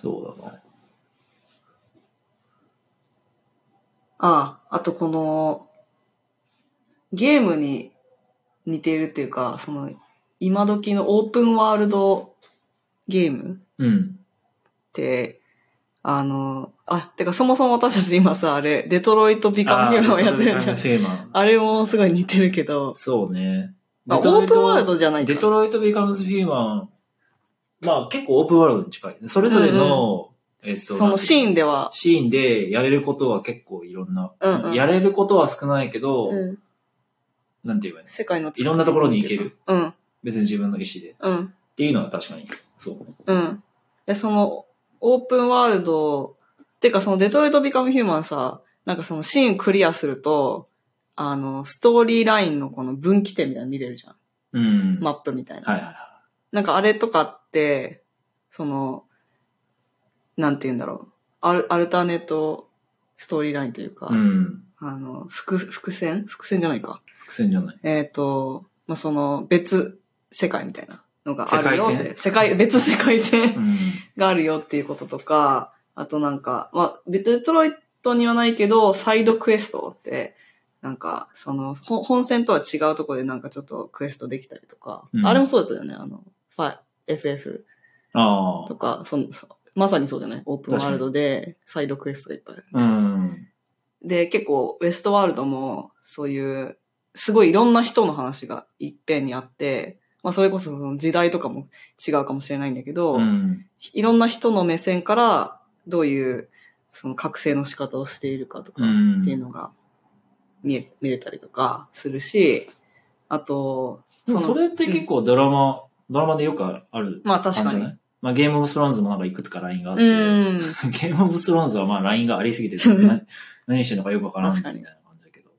[SPEAKER 2] そうだな。
[SPEAKER 1] ああ、あとこの、ゲームに似ているっていうか、その、今時のオープンワールドゲーム
[SPEAKER 2] うん。
[SPEAKER 1] って、あの、あ、てかそもそも私たち今さ、あれ、デトロイトビカムヒューマンをやってるじゃん。
[SPEAKER 2] フェーマン。
[SPEAKER 1] あれもすごい似てるけど、
[SPEAKER 2] そうね。
[SPEAKER 1] まあ、オ
[SPEAKER 2] デトロイ
[SPEAKER 1] ー
[SPEAKER 2] ト
[SPEAKER 1] プンワールドじゃないか
[SPEAKER 2] デトロイト・ビカムズ・ヒューマン、まあ結構オープンワールドに近い。それぞれのえっと、
[SPEAKER 1] そのシーンでは、
[SPEAKER 2] シーンでやれることは結構いろんな、
[SPEAKER 1] うんうん
[SPEAKER 2] やれることは少ないけど、
[SPEAKER 1] うん、
[SPEAKER 2] なんて言えばいいの
[SPEAKER 1] 世界の作
[SPEAKER 2] い
[SPEAKER 1] り
[SPEAKER 2] ろんなところに行ける。
[SPEAKER 1] うん、
[SPEAKER 2] 別に自分の意思で。っ
[SPEAKER 1] うん、
[SPEAKER 2] ていうのは確かに。そう。
[SPEAKER 1] うん。で、その、オープンワールド、てかそのデトロイト・ビカム・ヒューマンさ、なんかそのシーンクリアすると、あの、ストーリーラインのこの分岐点みたいなの見れるじゃん。
[SPEAKER 2] うん。
[SPEAKER 1] マップみたいな。
[SPEAKER 2] はいはいは
[SPEAKER 1] なんかあれとかって、その、なんて言うんだろう。アルアルターネットストーリーラインというか、
[SPEAKER 2] い。うん。
[SPEAKER 1] あの、伏、伏線伏線じゃないか。
[SPEAKER 2] 伏線じゃない。
[SPEAKER 1] えっ、と、まあ、その、別世界みたいなのがあるよって。世
[SPEAKER 2] 世
[SPEAKER 1] 界、別世界
[SPEAKER 2] う
[SPEAKER 1] 線
[SPEAKER 2] ん。
[SPEAKER 1] があるよっていうこととか、あとなんか、まあ、デトロイトにはないけど、サイドクエストって、なんか、その、ほ本線とは違うところでなんかちょっとクエストできたりとか、
[SPEAKER 2] うん
[SPEAKER 1] あれもそうだったよね、あの、ファイ FF
[SPEAKER 2] あ
[SPEAKER 1] とか、その、そまさにそうじゃないオープンワールドで、サイドクエストがいっぱいある。
[SPEAKER 2] あ。うん。
[SPEAKER 1] で、結構、ウエストワールドも、そういう、すごいいろんな人の話がいっぺんにあって、まあ、それこそその時代とかも違うかもしれないんだけど、
[SPEAKER 2] うん。
[SPEAKER 1] いろんな人の目線から、どういう、その覚醒の仕方をしているかとか、
[SPEAKER 2] う
[SPEAKER 1] っ
[SPEAKER 2] ん
[SPEAKER 1] ていうのが見え、見れたりとかするし、あと、
[SPEAKER 2] でも
[SPEAKER 1] の
[SPEAKER 2] それって結構ドラマ、ドラマでよくある
[SPEAKER 1] まあ確
[SPEAKER 2] 感
[SPEAKER 1] か
[SPEAKER 2] じじゃな
[SPEAKER 1] に。
[SPEAKER 2] いまあゲームオブスローンズもなんかいくつかラインがあって、
[SPEAKER 1] うん。
[SPEAKER 2] ゲームオブスローンズはまあラインがありすぎて、 な何してるのかよくわからんみたいな感じだけど。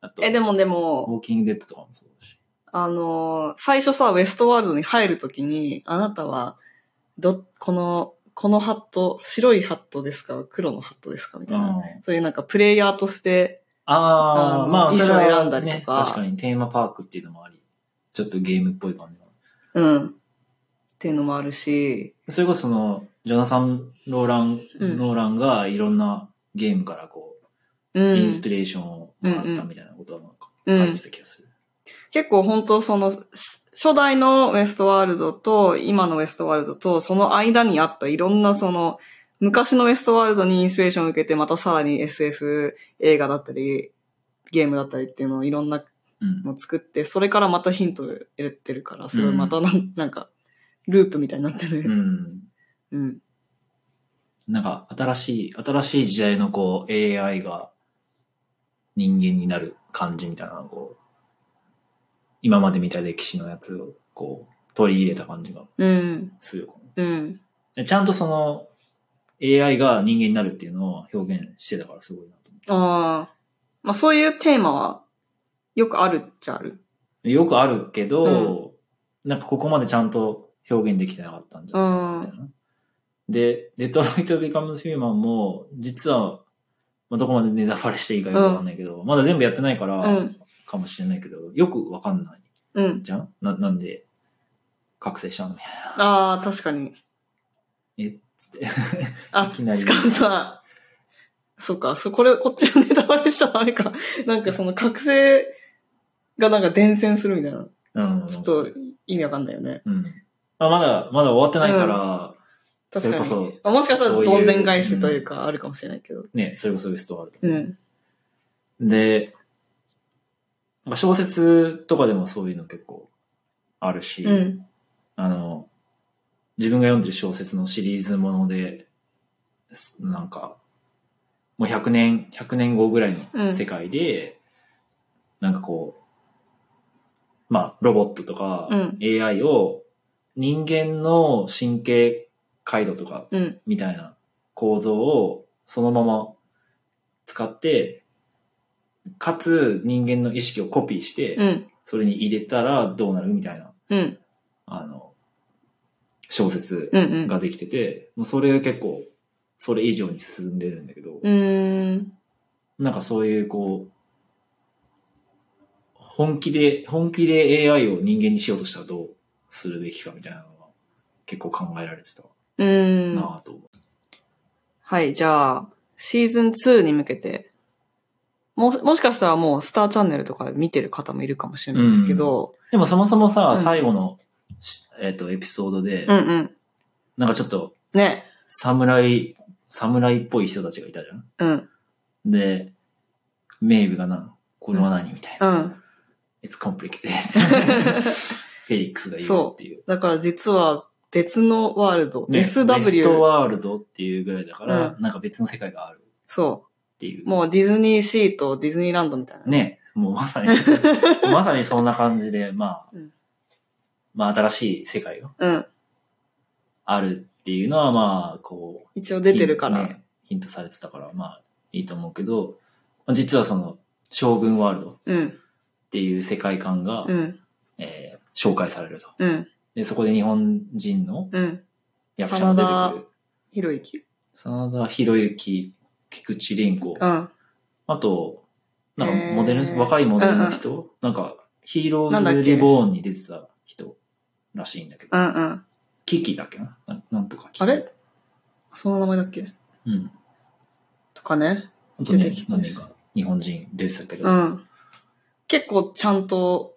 [SPEAKER 2] あと、
[SPEAKER 1] え、でもで
[SPEAKER 2] ウ
[SPEAKER 1] も、
[SPEAKER 2] ォーキングデッドとかもそうだし。
[SPEAKER 1] あのー、最初さ、ウエストワールドに入るときに、あなたは、ど、この、このハット、白いハットですか黒のハットですかみたいな。そういうなんかプレイヤーとして、
[SPEAKER 2] あ
[SPEAKER 1] あ
[SPEAKER 2] あ、
[SPEAKER 1] の
[SPEAKER 2] まあ、
[SPEAKER 1] 衣
[SPEAKER 2] そ
[SPEAKER 1] 装
[SPEAKER 2] れは
[SPEAKER 1] 選んだりとか
[SPEAKER 2] ね確かにテーマパークっていうのもあり、ちょっとゲームっぽい感じの
[SPEAKER 1] うん。っていうのもあるし、
[SPEAKER 2] それこそその、ジョナサン・ローラン、
[SPEAKER 1] うん
[SPEAKER 2] ノーランがいろんなゲームからこ
[SPEAKER 1] う
[SPEAKER 2] う、インス
[SPEAKER 1] ん。
[SPEAKER 2] ピレーションをもらったみたいなことはなんか、
[SPEAKER 1] うん
[SPEAKER 2] 感じた気がする。
[SPEAKER 1] 結構本当その、し初代のウエストワールドと、今のウエストワールドと、その間にあったいろんなその、昔のウエストワールドにインスピレーションを受けて、またさらに SF 映画だったり、ゲームだったりっていうのをいろんな
[SPEAKER 2] うん。
[SPEAKER 1] のを作って、それからまたヒントを得てるから、すごい
[SPEAKER 2] うん
[SPEAKER 1] またなん,、なんか、ループみたいになって
[SPEAKER 2] う
[SPEAKER 1] る。
[SPEAKER 2] ん。
[SPEAKER 1] うん。
[SPEAKER 2] なんか、新しい、新しい時代のこう、AI が人間になる感じみたいなのをこう、今まで見た歴史のやつをこう、取り入れた感じが
[SPEAKER 1] うん。
[SPEAKER 2] するよね
[SPEAKER 1] うん。
[SPEAKER 2] でちゃんとその AI が人間になるっていうのを表現してたからすごいなと思って。
[SPEAKER 1] ああ。まあそういうテーマは、よくあるっちゃある。
[SPEAKER 2] よくあるけど、なんかここまでちゃんと表現できてなかったんじゃないかみたいな。で、デトロイト・ビカムズ・ヒューマンも、実は、まあ、どこまでネタバレしていいかよくわかんないけど、まだ全部やってないから、
[SPEAKER 1] うん
[SPEAKER 2] かもしれないけど、よくわかんない
[SPEAKER 1] うん。
[SPEAKER 2] じゃんななんで、覚醒したのみたいな。
[SPEAKER 1] ああ、確かに。
[SPEAKER 2] えっつって。
[SPEAKER 1] あ
[SPEAKER 2] い、きなり
[SPEAKER 1] しかもさ、そうか、そう、これ、こっちのネタバレしちゃダメか。なんかその覚醒がなんか伝染するみたいな。
[SPEAKER 2] うん。
[SPEAKER 1] ちょっと意味わかんないよね。
[SPEAKER 2] うん。まあ、まだ、まだ終わってないから、そ
[SPEAKER 1] 確
[SPEAKER 2] れ
[SPEAKER 1] か
[SPEAKER 2] こ
[SPEAKER 1] に。
[SPEAKER 2] そ、
[SPEAKER 1] まあもしかしたら
[SPEAKER 2] そういう
[SPEAKER 1] どんでん返しというかあるかもしれないけど。
[SPEAKER 2] ね、それこそウエストワールド。
[SPEAKER 1] うん。
[SPEAKER 2] で、なんか小説とかでもそういうの結構あるし、
[SPEAKER 1] うん。
[SPEAKER 2] あの、自分が読んでる小説のシリーズもので、すなんか、もう100年、100年後ぐらいの世界で、なんかこう、まあ、ロボットとか
[SPEAKER 1] うん
[SPEAKER 2] AI を人間の神経回路とか
[SPEAKER 1] うん。
[SPEAKER 2] みたいな構造をそのまま使って、かつ人間の意識をコピーして、
[SPEAKER 1] うん。
[SPEAKER 2] それに入れたらどうなるみたいな、
[SPEAKER 1] うん。
[SPEAKER 2] あの、小説
[SPEAKER 1] うん。うん。
[SPEAKER 2] ができてて、もうそれが結構、それ以上に進んでるんだけど、
[SPEAKER 1] うーん。
[SPEAKER 2] なんかそういうこう、本気で、本気で AI を人間にしようとしたらどうするべきかみたいなのが結構考えられてた
[SPEAKER 1] うーん。
[SPEAKER 2] なぁと思う。
[SPEAKER 1] はい、じゃあ、シーズン2に向けて、も、もしかしたらもうスターチャンネルとか見てる方もいるかもしれないですけど、
[SPEAKER 2] でもそもそもさ、
[SPEAKER 1] うん
[SPEAKER 2] 最後のし、えっ、と、エピソードで、
[SPEAKER 1] うんうん。
[SPEAKER 2] なんかちょっと、
[SPEAKER 1] ね。
[SPEAKER 2] 侍、侍っぽい人たちがいたじゃん。
[SPEAKER 1] うん。
[SPEAKER 2] で、メイブがな、これは何みたいな。
[SPEAKER 1] うん。
[SPEAKER 2] It's complicated. フェリックスが言うっていう。
[SPEAKER 1] だから実は別のワールド、
[SPEAKER 2] ね
[SPEAKER 1] SW。
[SPEAKER 2] ベストワールドっていうぐらいだから、なんか別の世界がある
[SPEAKER 1] そ
[SPEAKER 2] っていう
[SPEAKER 1] う。。もうディズニーシーとディズニーランドみたいな。。
[SPEAKER 2] ね、もう まさに、まさにそんな感じで、まあ、
[SPEAKER 1] うん
[SPEAKER 2] まあ新しい世界が
[SPEAKER 1] うん。
[SPEAKER 2] あるっていうのは、まあ、こう、
[SPEAKER 1] 一応出てるから。
[SPEAKER 2] ねヒントされてたから、まあ、いいと思うけど、まあ実はその、将軍ワールドっ
[SPEAKER 1] うん。
[SPEAKER 2] ていう世界観が、
[SPEAKER 1] うん。
[SPEAKER 2] えー紹介されると。
[SPEAKER 1] うん。
[SPEAKER 2] で、そこで日本人の
[SPEAKER 1] うん。
[SPEAKER 2] 役者も出てくる。
[SPEAKER 1] ひろゆき。
[SPEAKER 2] 真田広之、菊池凛子
[SPEAKER 1] う。ん。
[SPEAKER 2] あと、なんか
[SPEAKER 1] へー
[SPEAKER 2] モデル、若いモデルの人、なんか、ヒーロ
[SPEAKER 1] なんだ
[SPEAKER 2] ー
[SPEAKER 1] っ
[SPEAKER 2] ズ
[SPEAKER 1] け
[SPEAKER 2] リボーンに出てた人らしいんだけど
[SPEAKER 1] う。んうん。
[SPEAKER 2] キキだっけなななんとかキキ。
[SPEAKER 1] あれその名前だっけ
[SPEAKER 2] うん。
[SPEAKER 1] とかね。
[SPEAKER 2] あとね
[SPEAKER 1] 出てき、て
[SPEAKER 2] 何人か日本人出てたけど。
[SPEAKER 1] う。ん。結構ちゃんと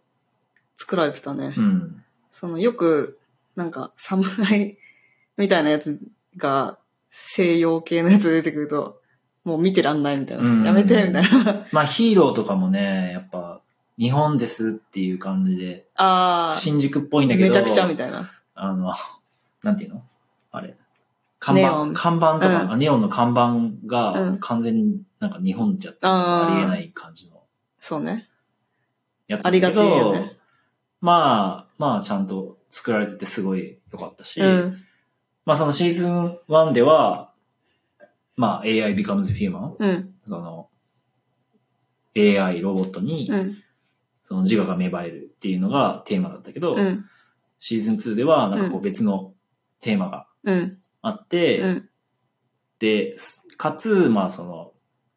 [SPEAKER 1] 作られてたね。
[SPEAKER 2] うん。
[SPEAKER 1] そのよく、なんか、侍 みたいなやつが西洋系のやつ出てくると、もう見てらんないみたいな。
[SPEAKER 2] うん
[SPEAKER 1] やめて、みたい な。
[SPEAKER 2] まあヒーローとかもね、やっぱ、日本ですっていう感じで、
[SPEAKER 1] あー、
[SPEAKER 2] 新宿っぽいんだけど、
[SPEAKER 1] めちゃくちゃみたいな。
[SPEAKER 2] あの、 なんていうのあれ。看
[SPEAKER 1] ネオ
[SPEAKER 2] 板、
[SPEAKER 1] ン
[SPEAKER 2] 看板とか、
[SPEAKER 1] うん
[SPEAKER 2] あネオンの看板が、
[SPEAKER 1] うん
[SPEAKER 2] 完全になんか日本じゃ
[SPEAKER 1] あー
[SPEAKER 2] ありえない感じの
[SPEAKER 1] そうね。
[SPEAKER 2] やつ
[SPEAKER 1] ありがち
[SPEAKER 2] だけど
[SPEAKER 1] よね
[SPEAKER 2] まあ、まあちゃんと作られててすごい良かったし、
[SPEAKER 1] うん。
[SPEAKER 2] まあそのシーズン1では、まあ AI becomes human、
[SPEAKER 1] うん。
[SPEAKER 2] その AI ロボットに
[SPEAKER 1] うん。
[SPEAKER 2] その自我が芽生えるっていうのがテーマだったけど、
[SPEAKER 1] うん。
[SPEAKER 2] シーズン2ではなんかこ
[SPEAKER 1] う
[SPEAKER 2] う別のテーマが
[SPEAKER 1] うん。
[SPEAKER 2] あって、
[SPEAKER 1] うん。
[SPEAKER 2] で、かつ、まあその、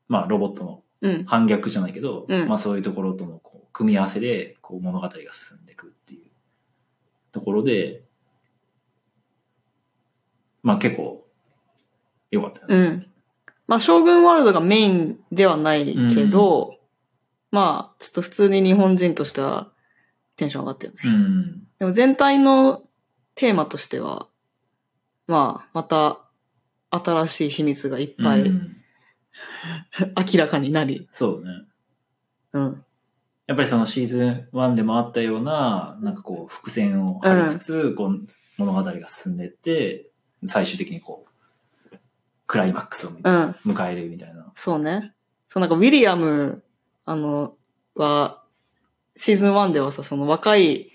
[SPEAKER 2] まあロボットの
[SPEAKER 1] うん。
[SPEAKER 2] 反逆じゃないけど、
[SPEAKER 1] うん
[SPEAKER 2] まあそういうところとのこう組み合わせで、こう物語が進んでいくっていうところで、まあ結構良かったよ
[SPEAKER 1] う
[SPEAKER 2] ね。
[SPEAKER 1] ん。まあ、将軍ワールドがメインではないけど、まあ、ちょっと普通に日本人としてはテンション上がったよね。
[SPEAKER 2] うん。
[SPEAKER 1] でも全体のテーマとしては、まあ、また新しい秘密がいっぱい、
[SPEAKER 2] うん
[SPEAKER 1] 明らかになり、
[SPEAKER 2] そうね。
[SPEAKER 1] うん。
[SPEAKER 2] やっぱりそのシーズン1でもあったような、なんかこう伏線を張りつつ、こう物語が進んでいって、最終的にこう、クライマックスを
[SPEAKER 1] うん。
[SPEAKER 2] 迎えるみたいな。
[SPEAKER 1] そうね。そう、なんかウィリアム、あの、は、シーズン1ではさ、その若い、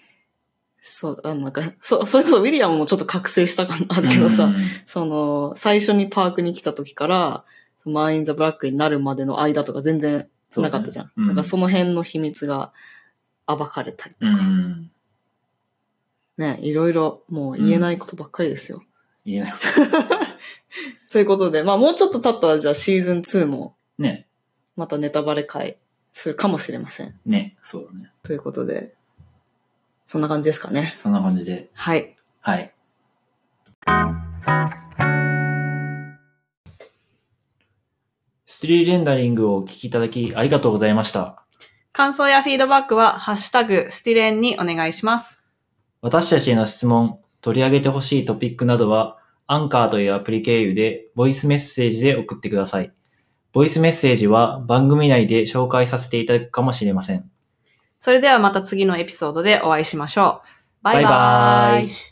[SPEAKER 1] そう、あの、なんか、そ、それこそウィリアムもちょっと覚醒した感あるけどさ、
[SPEAKER 2] うん
[SPEAKER 1] その、最初にパークに来た時から、マン・イン・ザ・ブラックになるまでの間とか全然
[SPEAKER 2] そうね
[SPEAKER 1] なかったじゃん。
[SPEAKER 2] うん
[SPEAKER 1] なんかその辺の秘密が暴かれたりと
[SPEAKER 2] う
[SPEAKER 1] か、
[SPEAKER 2] ん。
[SPEAKER 1] ね、いろいろもう言えないことばっかりですよ。
[SPEAKER 2] 言えないこと。
[SPEAKER 1] ということで、まあもうちょっと経ったらじゃあシーズン2も
[SPEAKER 2] ね。
[SPEAKER 1] またネタバレ会するかもしれません。
[SPEAKER 2] ね。そうだね。
[SPEAKER 1] ということで、そんな感じですかね。
[SPEAKER 2] そんな感じで。
[SPEAKER 1] はい。
[SPEAKER 2] はい。ストリーレンダリングをお聞きいただきありがとうございました。
[SPEAKER 1] 感想やフィードバックは、ハッシュタグ、スティレンにお願いします。
[SPEAKER 2] 私たちへの質問、取り上げてほしいトピックなどは、アンカーというアプリ経由で、ボイスメッセージで送ってください。ボイスメッセージは番組内で紹介させていただくかもしれません。
[SPEAKER 1] それではまた次のエピソードでお会いしましょう。バイバ
[SPEAKER 2] バイバ
[SPEAKER 1] イ
[SPEAKER 2] イ